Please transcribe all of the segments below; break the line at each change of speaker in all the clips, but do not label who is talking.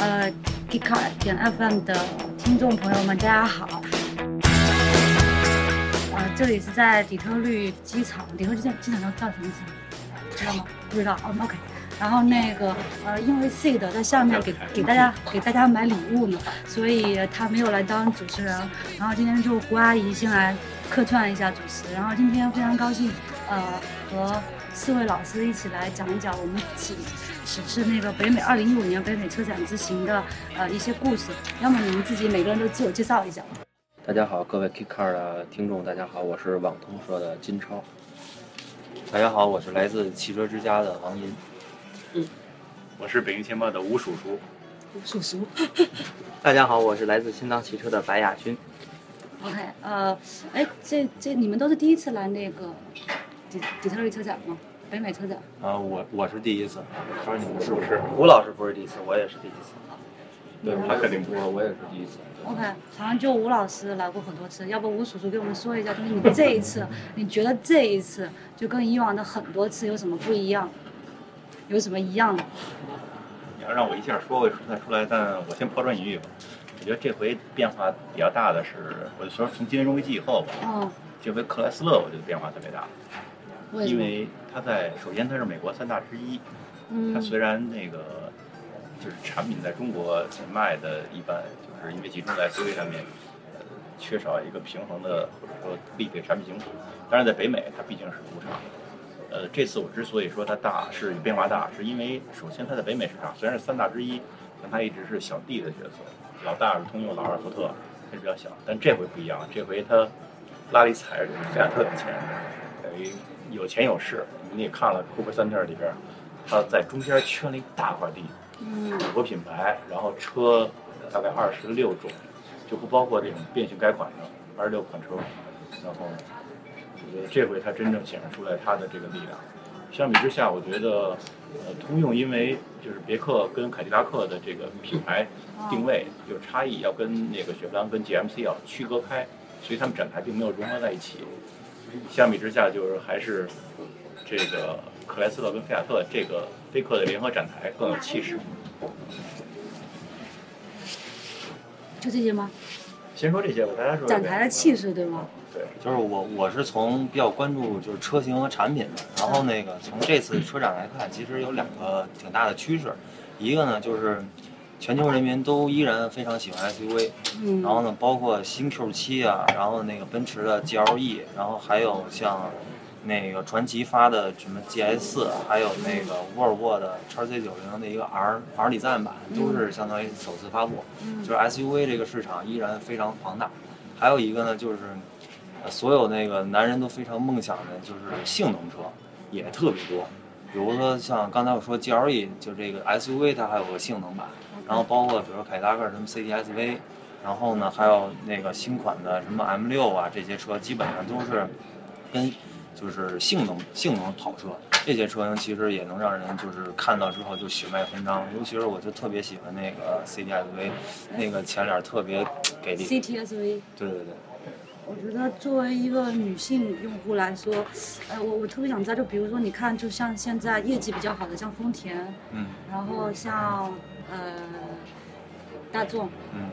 呃 d i c a r 点 FM 的听众朋友们，大家好。呃，这里是在底特律机场，底特律机机场叫叫什么机场？知道吗？不知道。哦，OK。然后那个呃，因为 Sid 在下面给给大家给大家买礼物呢，所以呃他没有来当主持人。然后今天就胡阿姨先来客串一下主持。然后今天非常高兴，呃，和四位老师一起来讲一讲我们此此次那个北美二零一五年北美车展之行的呃一些故事。要么你们自己每个人都自我介绍一下吧。
大家好，各位 Kickcar 的听众，大家好，我是网通社的金超。
大家好，我是来自汽车之家的王银。
我是北京天猫的吴叔叔，
叔叔。
大家好，我是来自新浪汽车的白亚军。
OK，呃，哎，这这你们都是第一次来那个底底特律车展吗？北美车展？
啊、我我是第一次，当然你们是不是？
吴老师不是第一次，我也是第一次。
对
对，我
嗯他
肯定不
我我也是第一次。
OK，好像就吴老师来过很多次，要不吴叔叔给我们说一下，就是你这一次，你觉得这一次就跟以往的很多次有什么不一样？有什么一样的？
你要让我一下说，我也说不太出来，但我先抛砖引玉吧。我觉得这回变化比较大的是，我就说从金融危机以后吧，
哦，
这回克莱斯勒我觉得变化特别大，
为什
因
么？
为它在首先它是美国三大之一，它
嗯
虽然那个就是产品在中国卖的一般，就是因为集中在 SUV 上面，呃缺少一个平衡的或者说立体的产品形式。但是在北美，它毕竟是主场。呃，这次我之所以说它大是变化大，是因为首先它在北美市场虽然是三大之一，但它一直是小弟的角色，老大是通用，老二是福特，它是比较小。但这回不一样，这回它拉力踩着菲亚特有钱，等于有钱有势。你也看了库珀三 e 里边，它在中间圈了一大块地，
嗯
五个品牌，然后车大概二十六种，就不包括这种变形改款的二十六款车。然后我觉得这回它真正显示出来它的这个力量。相比之下，我觉得呃，通用因为就是别克跟凯迪拉克的这个品牌定位有差异，要跟那个雪佛兰跟 GMC 要区隔开，所以他们展台并没有融合在一起。相比之下，就是还是这个克莱斯勒跟菲亚特这个菲克的联合展台更有气势。
就这些吗？
先说这些吧，大家说
展台的气势对吗？
对，
就是我我是从比较关注就是车型和产品的，然后那个从这次车展来看，其实有两个挺大的趋势，一个呢就是全球人民都依然非常喜欢 SUV，
嗯
然后呢包括新 Q 7啊，然后那个奔驰的 GLE，然后还有像那个传祺发的什么 GS 四，啊还有那个沃尔沃的 XC 九零的一个 R R 礼赞版，都是相当于首次发布。
嗯
就是 SUV 这个市场依然非常庞大。还有一个呢，就是呃所有那个男人都非常梦想的，就是性能车也特别多。比如说像刚才我说 GLE，就这个 SUV 它还有个性能版，然后包括比如说凯迪拉克什么 CT-SV，然后呢还有那个新款的什么 M 六啊这些车，基本上都是跟就是性能性能跑车。这些车型其实也能让人就是看到之后就血脉喷张，尤其是我就特别喜欢那个 CT-SV，那个前脸特别给力。
，CTSV。
对对对，
我觉得作为一个女性用户来说，呃，我我特别想知道，就比如说，你看，就像现在业绩比较好的，像丰田，
嗯
然后像呃大众，
嗯，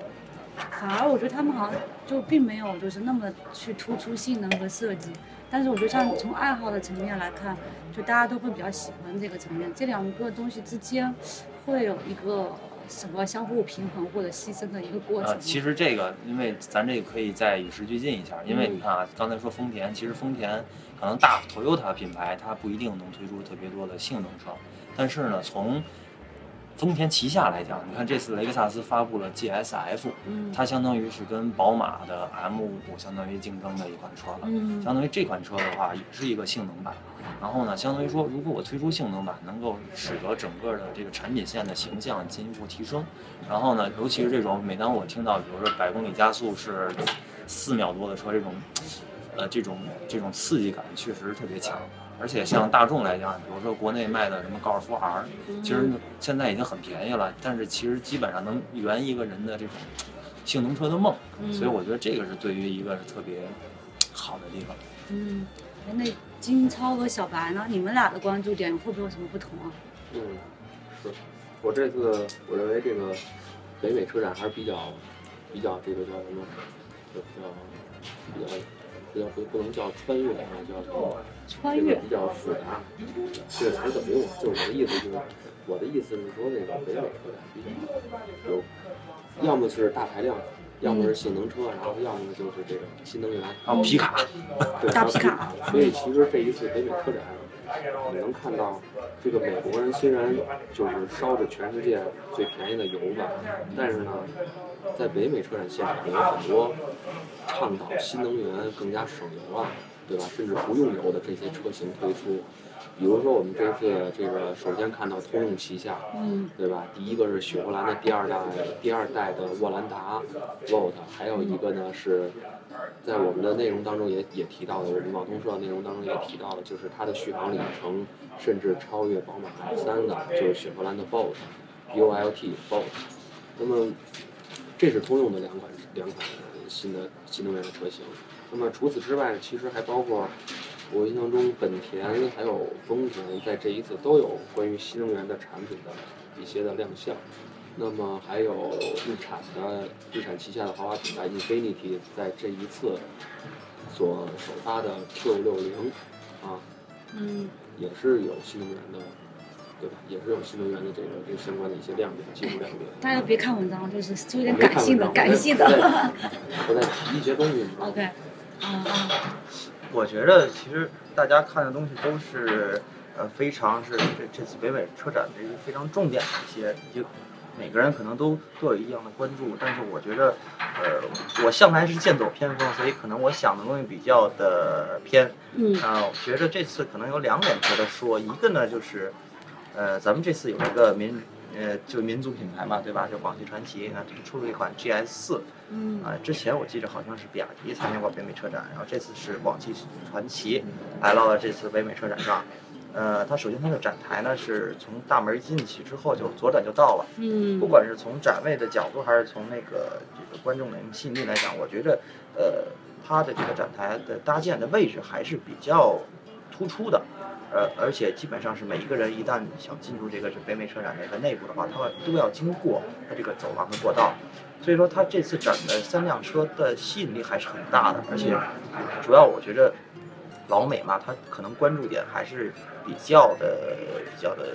反而我觉得他们好像就并没有就是那么去突出性能和设计，但是我觉得像从爱好的层面来看，就大家都会比较喜欢这个层面，这两个东西之间会有一个什么相互平衡或者牺牲的一个过程
呃，
吗。
其实这个，因为咱这个可以再与时俱进一下，因为你看啊，刚才说丰田，其实丰田可能大 Toyota 品牌它不一定能推出特别多的性能车，但是呢，从丰田旗下来讲，你看这次雷克萨斯发布了 GSF，
嗯
它相当于是跟宝马的 M 五相当于竞争的一款车了。
嗯
相当于这款车的话也是一个性能版，然后呢，相当于说，如果我推出性能版，能够使得整个的这个产品线的形象进一步提升。然后呢，尤其是这种，每当我听到比如说百公里加速是四秒多的车，这种，呃，这种这种刺激感确实特别强。而且像大众来讲，比如说国内卖的什么高尔夫 R，
嗯
其实现在已经很便宜了，但是其实基本上能圆一个人的这种性
嗯
能车的梦。所以我觉得这个是对于一个是特别好的地方。
嗯，那金超和小白呢？你们俩的关注点会不会有什么不同啊？
嗯，是我这次我认为这个北美车展还是比较比较这个叫什么，就比较比较比较不不能叫穿越啊，叫什么
穿
这个
越
比较复杂，这个词怎么用？就是我的意思就是，我的意思是说那个北美车展比较有，要么是大排量，要么是性能车，然后要么就是这个新能源，
然后皮卡，
对，
大
然后
皮卡啊
所以其实这一次北美车展，你能看到这个美国人虽然就是烧着全世界最便宜的油吧，但是呢，在北美车展现场有很多倡导新能源更加省油啊，对吧？甚至不用油的这些车型推出。比如说，我们这次这个首先看到通用旗下，
嗯，
对吧？第一个是雪佛兰的第二代第二代的沃兰达 Volt，还有一个呢是在我们的内容当中也也提到的，我们网通社内容当中也提到的，就是它的续航里程甚至超越宝马 i 3的，就是雪佛兰的 Bolt BOLT Bolt。那么这是通用的两款两款新的新能源的车型。那么除此之外，其实还包括我印象中本田还有丰田在这一次都有关于新能源的产品的一些的亮相。那么还有日产的日产旗下的豪华品牌 Infiniti 在这一次所首发的 Q 6 0啊，
嗯，
也是有新能源的，对吧？也是有新能源的这个这个相关的一些亮点，技术亮点。
大家别看文章，就是就有点
我没
感
看
性的，
文章
感性的。。
我在我在我在提一些东西，你知道吗
OK，嗯嗯，
我觉得其实大家看的东西都是呃非常是这这次北美车展的一个非常重点的一些，就每个人可能都都有一样的关注，但是我觉得呃我向来是剑走偏锋，所以可能我想的东西比较的偏。
嗯
啊、我觉得这次可能有两点值得说，一个呢就是，呃，咱们这次有一个民呃就民族品牌嘛，对吧？就广汽传祺，那啊这出了一款 GS 四。
嗯
啊，之前我记着好像是比亚迪参加过北美车展，然后这次是广汽传祺来到了这次北美车展上。呃，它首先它的展台呢是从大门进去之后就左转就到了，
嗯，
不管是从展位的角度还是从那个这个观众的吸引力来讲，我觉得呃它的这个展台的搭建的位置还是比较突出的。呃，而且基本上是每一个人一旦想进入这个是北美车展这个内部的话，他会都要经过它这个走廊和过道，所以说它这次展的三辆车的吸引力还是很大的，而且主要我觉着老美嘛，他可能关注点还是比较的、比较的，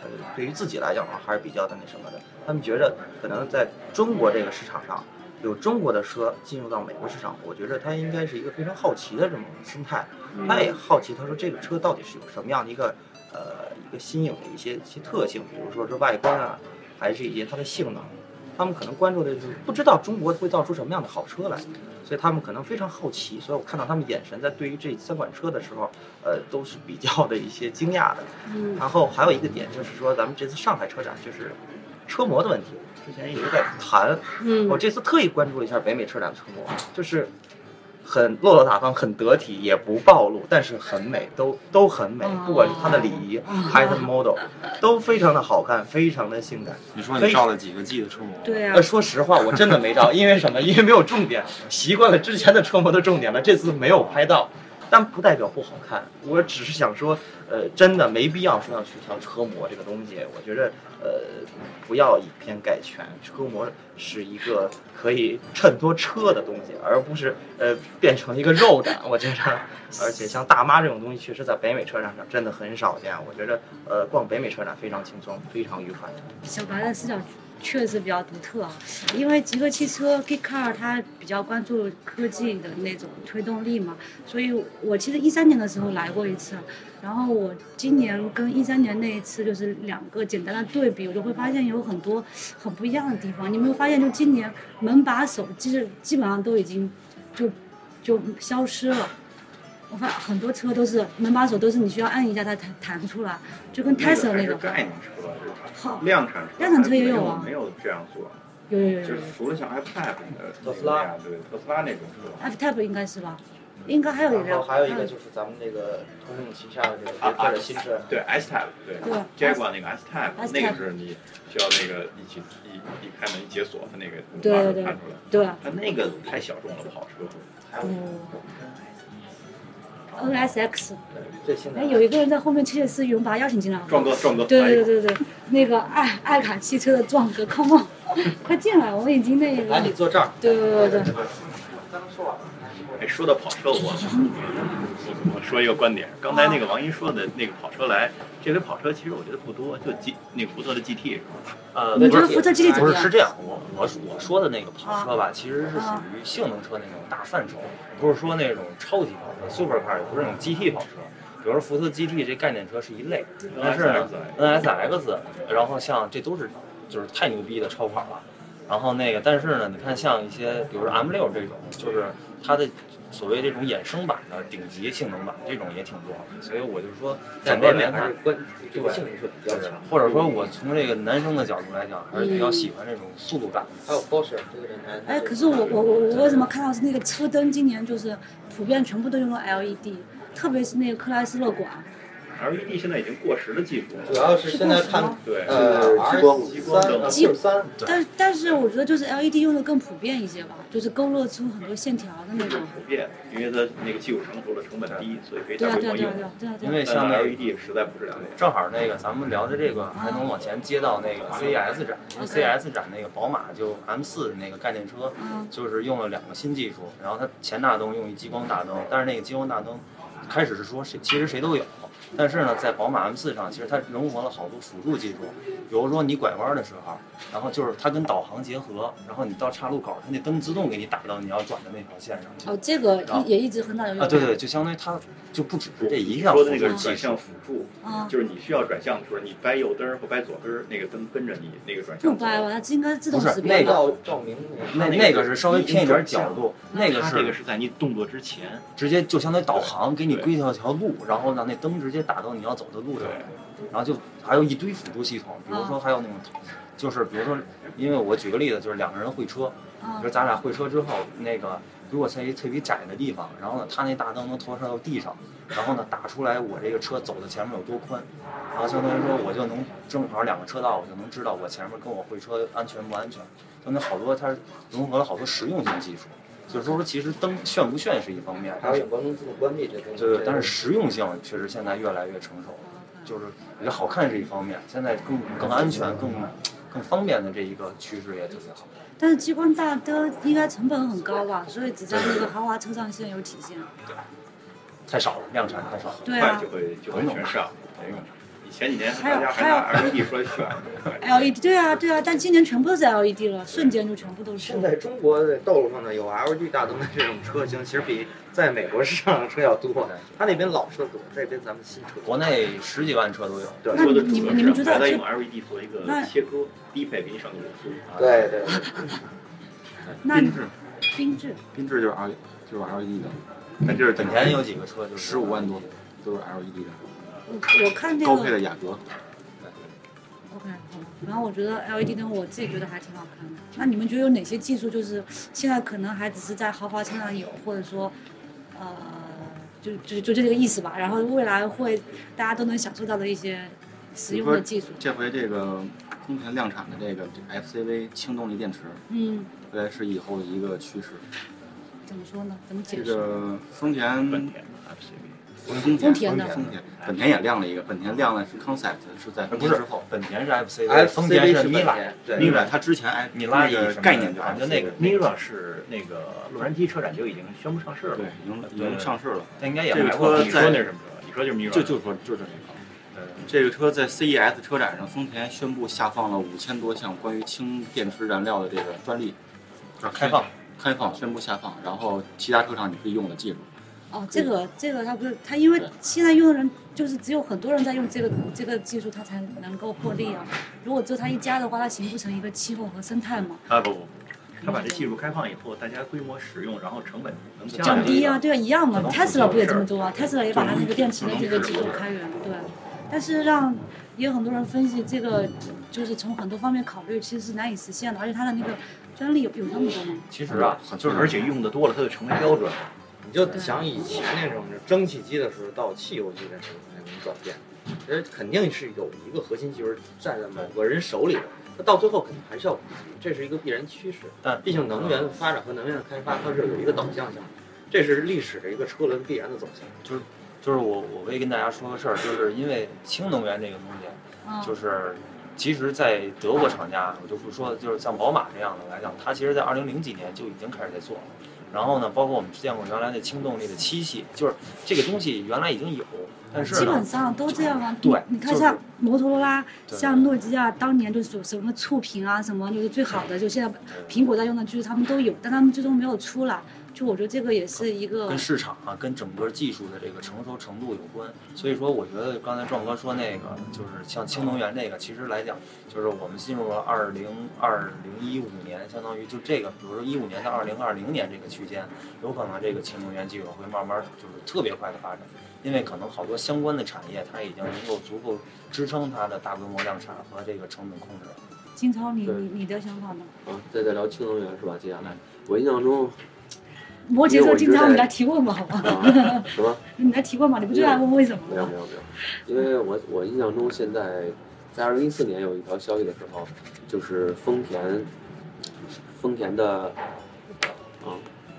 他对于自己来讲啊，还是比较的那什么的。他们觉着可能在中国这个市场上，有中国的车进入到美国市场，我觉着他应该是一个非常好奇的这种心态。他也好奇，他说这个车到底是有什么样的一个呃一个新颖的一些一些特性，比如说是外观啊，还是以及它的性能。他们可能关注的就是不知道中国会造出什么样的好车来，所以他们可能非常好奇。所以我看到他们眼神在对于这三款车的时候，呃，都是比较的一些惊讶的。
嗯
然后还有一个点就是说，咱们这次上海车展就是车模的问题，之前一直在谈。我
嗯
这次特意关注了一下北美车展的车模，就是很落落大方，很得体，也不暴露，但是很美，都都很美
哦，
不管是它的礼仪还是它的 model，都非常的好看，非常的性感。
你说你照了几个 G 的车模？
对呀
呃，，说实话，我真的没照，因为什么？因为没有重点，习惯了之前的车模的重点了，这次没有拍到，但不代表不好看。我只是想说，呃，真的没必要说要去挑车模这个东西。我觉得，呃，不要以偏概全，车模是一个可以衬托车的东西，而不是呃变成一个肉感。我觉得，而且像大妈这种东西，确实在北美车展上真的很少见。我觉得，呃，逛北美车展非常轻松，非常愉快。
小白的视角确实比较独特，啊，因为极客汽车 Geek Car 它比较关注科技的那种推动力嘛，所以我其实一三年的时候来过一次，然后我今年跟一三年那一次就是两个简单的对比，我就会发现有很多很不一样的地方。你有没有发现，就今年门把手基基本上都已经就就消失了。我发很多车都是门把手，都是你需要按一下它弹弹出来，就跟 Tesla
那
那
个
种
还是。概念车，是
好，
量产车，
量产车也有啊
没有这样做，
有有有
就
有
是
有。
除了像 iPad 的
特斯拉，
对特斯拉那种车。
F Type 应该是吧？应该还有一
然
辆，
后还有一个就是咱们这个通用旗下的这个别克的新车，
对 S Type，对
对啊
Jaguar 那个 S Type，
S
那
Type
个是你需要那个一起一一开门一解锁，它那个
对
马上
对啊
弹出来。
对吧？嗯
但那个太小众了，不好车。
哦， NSX，
这现在啊
哎，有一个人在后面窃窃私语，我们把他邀请进来好不好。
壮哥，壮哥，来一
对
个
对对对，那个爱爱卡汽车的壮哥，come on，快 进来，我已经那个
来，你坐这儿。
对对对对。
哎，说到跑车，我我我说一个观点，刚才那个王一说的那个跑车来，这回跑车其实我觉得不多，就 G 那个福特的 GT 是吧？
呃，
你
不
觉得
是
福特基地怎
不
么
是
样？啊
是这样，我我我说的那个跑车吧，其实是属于性能车那种大范畴，不是说那种超级跑车 supercar，也不是那种 GT 跑车。比如说福特 GT 这概念车是一类，但是呢 NSX，然后像这都是就是太牛逼的超跑了。然后那个，但是呢，你看像一些，比如说 M 六这种，就是它的所谓这种衍生版的顶级性能版，这种也挺多。所以我就说，在
在
北
北
美
美
看
还是关这个性能是比较强，
或者说我从这个男生的角度来讲，还是比较喜欢这种速度感。
还有 Bosch 这个人还
哎，可是我我我我为什么看到是那个车灯今年就是普遍全部都用了 LED，特别是那个克莱斯勒管，
LED 现在已经过时的技术
主
了，
要是现在
啊
看
对，
呃
激
R
光
三呃 Q 三，
但是但是我觉得就是 LED 用的更普遍一些吧，就是勾勒出很多线条的那
更
种。
普遍，因为它那个技术成熟了，成本低，所以可以
对
大
啊
规
对啊
模
对啊
用。
对啊对啊对
因
啊。
为像
像
那
LED E 实在不是两类。
正好那个咱们聊的这个还能往前接到那
啊
个 CES 展，因为
OK
CES 展那个宝马就 M 4那个概念车，
嗯
就是用了两个新技术，然后它前大灯用一激光大灯，但是那个激光大灯开始是说谁其实谁都有，但是呢，在宝马 M 4上其实它融合了好多辅助技术，比如说你拐弯的时候，然后就是它跟导航结合，然后你到岔路口，它那灯自动给你打到你要转的那条线上去。
哦，这个一也一直很早有用。
啊，对对，就相当于它就不只是这一项
说
辅
的那
助
个转
技术
向，辅助，
啊，
就是你需要转向的时候，你掰右灯儿或掰左灯儿，那个灯跟着你那个转
不
向。
掰吧，它应该自动
不是
识别
那
吧。啊
照照明
那
那
那
个
个是稍微偏一点角度，那个
它这个
是
是在你动作之前，
直接就相当于导航给你
对
规条条路，然后让那灯直接打到你要走的路上
对，
然后就还有一堆辅助系统，比如说还有那种，就是比如说，因为我举个例子，就是两个人会车，比
啊
如咱俩会车之后，那个如果在一特别窄的地方，然后呢，他那大灯能投射到地上，然后呢打出来我这个车走的前面有多宽，然后相当于说我就能正好两个车道，我就能知道我前面跟我会车安全不安全。相当于好多它融合了好多实用性技术，就是说其实灯炫不炫是一方面，
还
但
有
是
远光灯自动关闭这东西，
对对，但是实用性确实现在越来越成熟了，就是我觉得好看是一方面，现在更更安全、更更方便的这一个趋势也特别好。
但是激光大灯应该成本很高吧，所以只在那个豪华车上现在有体现。
太少了，量产太少了。
对
快
啊
就会就会全
啊
上。以前几年
还有
大家还拿 LED 说炫，
，LED 对啊对啊，但今年全部都是 LED 了，瞬间就全部都是
现。在中国的道路上呢，有 LED 大灯的这种车型，其实比在美国市场上车要多。它那边老车多，这边咱们新车多。
国内十几万车都有，
对
那
说的
你
主要
们你们
是
觉得
把它
这
用 LED 做一个
那
切割，低配给你上个五寸。
对对，
那
缤智，
缤智
缤智就是 L，就是 LED 的，
那就是
本田有几个车就是
十五万多的都是 LED 的，
我我看那
高配
个
的雅阁，
OK，好吧。然后我觉得 LED 灯我自己觉得还挺好看的。那你们觉得有哪些技术就是现在可能还只是在豪华车上有，或者说，呃，就就就这个意思吧。然后未来会大家都能享受到的一些实用的技术。
这回这个丰田量产的这个这 FCV 氢动力电池，
嗯，
未来是以后的一个趋势。
怎么说呢？怎么解
这
释？
个丰田
本田啊，随便
丰
丰
丰
田
田
的
丰田本田也亮了一个，本田亮的是 Concept，是在
呃
呃丰
不
田
是
之后，
本田是 FCV，
哎，
丰田是
是
米
本
拉
田，，对
另外它之前哎
米拉
那个
以什么
概念就
反正
FCV
那个
Mira 是那个洛杉矶车展就已经宣布上市了
对，，已经已经上市了。
它应该也
这个
还
车
过
你
在
说那是什么车？你说就是 Mira，
就就说就是这个。这个车在 CES 车展上，丰田宣布下放了五千多项关于氢电池燃料的这个专利，
开放，
开放宣布下放，然后其他车厂你可以用的技术。
哦，这个这个它不是它，因为现在用的人就是只有很多人在用这个这个技术，它才能够获利啊。如果只有它一家的话，它形不成一个气候和生态嘛，
啊不不不，他把这技术开放以后，大家规模使用，然后成本能降
降低
低
啊，对啊，一样嘛。
能普
Tesla
及
不也这么做啊？Tesla 也把它那个电池的这个技术开源，对。啊但是让也有很多人分析，这个就是从很多方面考虑，其实是难以实现的。而且它的那个专利有有那么多吗？
其实啊，
很
就是而且用的多了，它就成为标准了。
你就想以前那种就蒸汽机的时候到汽油机的时候那种转变，其实肯定是有一个核心技术站在某个人手里的，那到最后肯定还是要普及，这是一个必然趋势。
但
毕竟能源的发展和能源的开发，它是有一个导向性的。
这是历史的一个车轮必然的走向。
就是我我可以跟大家说个事儿，就是因为氢能源这个东西，
嗯，
就是其实，在德国厂家，我就不说，就是像宝马这样的来讲，它其实在二零零几年就已经开始在做了。然后呢，包括我们见过原来的氢动力的七系，就是这个东西原来已经有，但是
基
呢
本，上都这样啊。
对
你看
就是
像摩托罗拉、
对
像诺基亚，当年就是有什么触屏啊，什么就是最好的，就现在
呃
苹果在用的就是他们都有，但他们最终没有出来。就我觉得这个也是一个
跟市场啊，跟整个技术的这个成熟程度有关。所以说，我觉得刚才壮哥说那个，就是像氢能源这个，其实来讲，就是我们进入了二零二零一五年，相当于就这个，比如说一五年到二零二零年这个区间，有可能这个氢能源技术会慢慢就是特别快的发展，因为可能好多相关的产业它已经能够足够支撑它的大规模量产和这个成本控制了。
金超，你
对
你你的想法呢？
啊，再再聊氢能源是吧？接下
嗯
来，我印象中
摩羯座金超，你来提问吧，好吧？
啊，什么？
你来提问吧，你不就来问为什么
没有
吗
没？有没有，因为我我印象中现在在二零一四年有一条消息的时候，就是丰田，丰田的，嗯，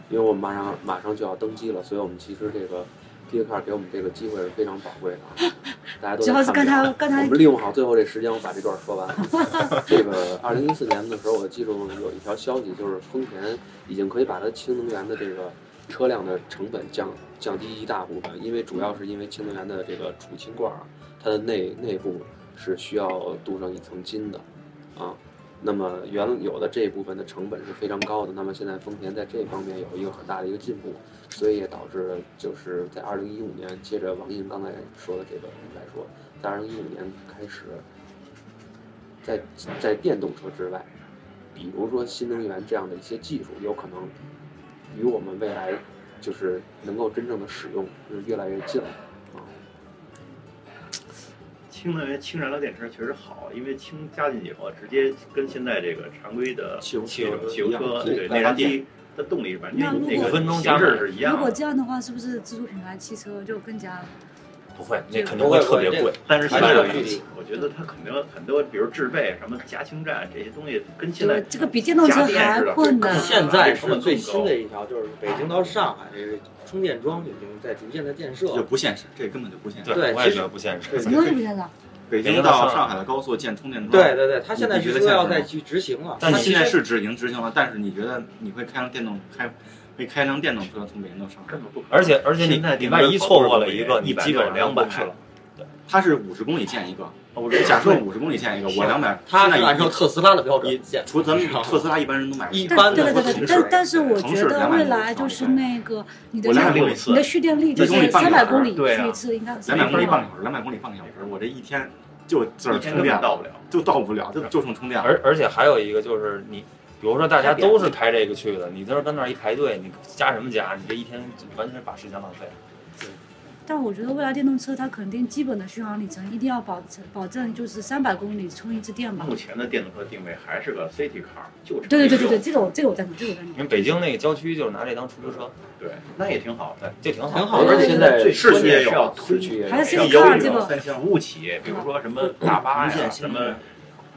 因为我们马上马上就要登机了，所以我们其实这个 P Car 给我们这个机会是非常宝贵的，啊，大家都
主要是
在
刚
看
才
表。
刚
我
才
们利用好最后这时间，我把这段说完。 这个二零一四年的时候，我记住有一条消息，就是丰田已经可以把它氢能源的这个车辆的成本降降低一大部分，因为主要是因为氢能源的这个储氢罐儿啊，它的内内部是需要镀上一层金的，啊，那么原有的这一部分的成本是非常高的，那么现在丰田在这方面有一个很大的一个进步，所以也导致就是在二零一五年，接着王印刚才说的这个来说，在二零一五年开始，在在电动车之外，比如说新能源这样的一些技术，有可能与我们未来就是能够真正的使用，就是越来越近了。啊，
氢能源氢燃料电池确实好，因为氢加进去以后，直接跟现在这个常规的
汽油
汽油
车
汽油
一样
车
对
对
来
内
发
燃机的动力是完
那如
全
果
那个
五分钟加
形式
满
是一
如
样
果
的。
这样的话，是不是自主品牌汽车就更加
不会，
这
那
个
肯定会特别
不会
贵。
但是现
还
在
是有
我
距离
我觉得它肯定很多，比如制备什么加氢站这些东西，跟现
就
在
这个比电动车
家电
还
似的
困难？
现在是最新的一条，就是北京到上海这个充电桩已经在逐渐的建设
这
了。
不现实，这根本就不现实。
对
我
其
也
实
觉得不现实。
什么东西不现实？
北京到上海的高速建充电桩，
对，对对，它现在
你觉
是
得
说
现
要
实吗
再去执行了。
但
它
你
现在是执已经执行了，但是你觉得你会开辆电动开会开辆电动车从北京到上海？
根本不可能
而且而且你
现在
礼
顶
拜
多
一错过了
100
一个，你基本上
200
不
不
去
去
了
了。
它是五十公里建一个，
我这
假设五十公里建一个，我两百，
它
现在
是
已
按照特斯拉的标准
你
线，
除咱们特斯拉一般人都买不起，
一
但
般
对
的
对
我
对对，
同
但
事
但是我
同
觉
事
得
两百
未
公里
来
长
就
一
是
段
那个你的
我
这
两百
个
公里
你
次
的蓄电力就
一公
是
里半
三
个
百
小时
公里
对
去
啊
一次，应该是
两百公里
吧
半个小时，两百公里半个小时，我这一天就自个
一
儿
天
充
根
电
本
了，
到不了。
就到不了，就就剩充电了。
而而且还有一个就是你，比如说大家都是排这个去的，你在这儿跟那儿一排队，你加什么加？你这一天就完全把时间浪费了。
但我觉得未来电动车它肯定基本的续航里程一定要保证，保证就是三百公里充一次电吧。
目前的电动车定位还是个 city car，就是
对对对对对，这个我这个我赞同，这个我赞
因
同。
为北京那个郊区就是拿这当出租车，
对，那也挺好的。
这挺好。
挺好
的
而且现在
最
市
关
区
键
也
是要
有，
推
市区也有
还。是 city
有
car 这
有
个，
服务企业，比如说什么大巴呀，什么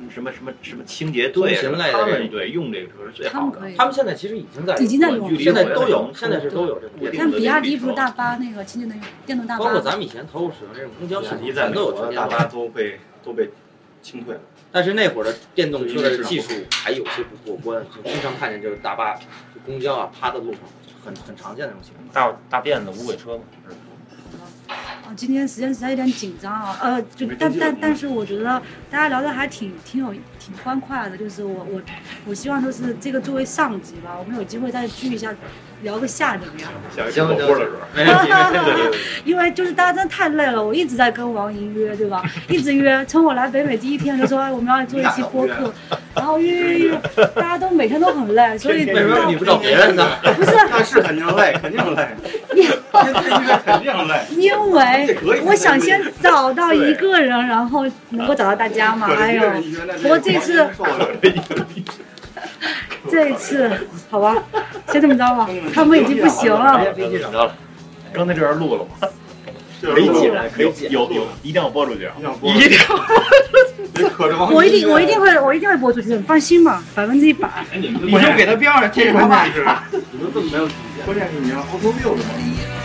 什么什么什么清洁队啊，
通勤类的
他
这
们
种
对用这个车是最
他
好
们
的
可。以
他。们现在其实已经在
已经在用了
现在都有，现在是都有这种
固
电
定
但
动，
的
比亚
那
迪
种
不是大巴那个清洁能源电动大
包括
巴，
咱们以前投入使用这种公交系统，
你在
全
美
都有
国
充
的
电
大
桩。
巴都被都被清退了，
但是那会儿的电动车的技术还有些不过关，就经常看见就是大巴、就公交啊趴在路上，很很常见的这种情况。
大大辫子无轨车嘛，是
啊，今天时间实在有点紧张啊，呃，就
没
但
听
但
见
但是我觉得大家聊的还挺挺有挺欢快的，就是我我我希望就是这个作为上集吧，我们有机会再聚一下，聊个下怎么样？
像一吃火锅的时候。
没问题，没问题。
因为就是大家真的太累了，我一直在跟王莹约，对吧？一直约，从我来北美第一天就说哎我们要做一期播客，然后约约约，大家都每天都很累，所以
天
为
天
什
约
么你不找别人呢？
不是
那是肯定累，肯定累，现在应该肯定累。
因为
可以
我想先找到一个人，然后能够找到大家嘛。哎呦，不过这次 这一次好吧，先这么着 吧，
嗯
他们已经不 行啊
哎
了。
怎么着了？
刚才这段录了吗？
没
剪
劲，
有有有，一定要播出去啊！
一定，这可着
我一定我一定会我一定会播出去的，你放心吧，百分之一百。
哎，你们
你就给他标上，这是他爸。
你们怎么没有底线？
关键是你让 auto view 是吗？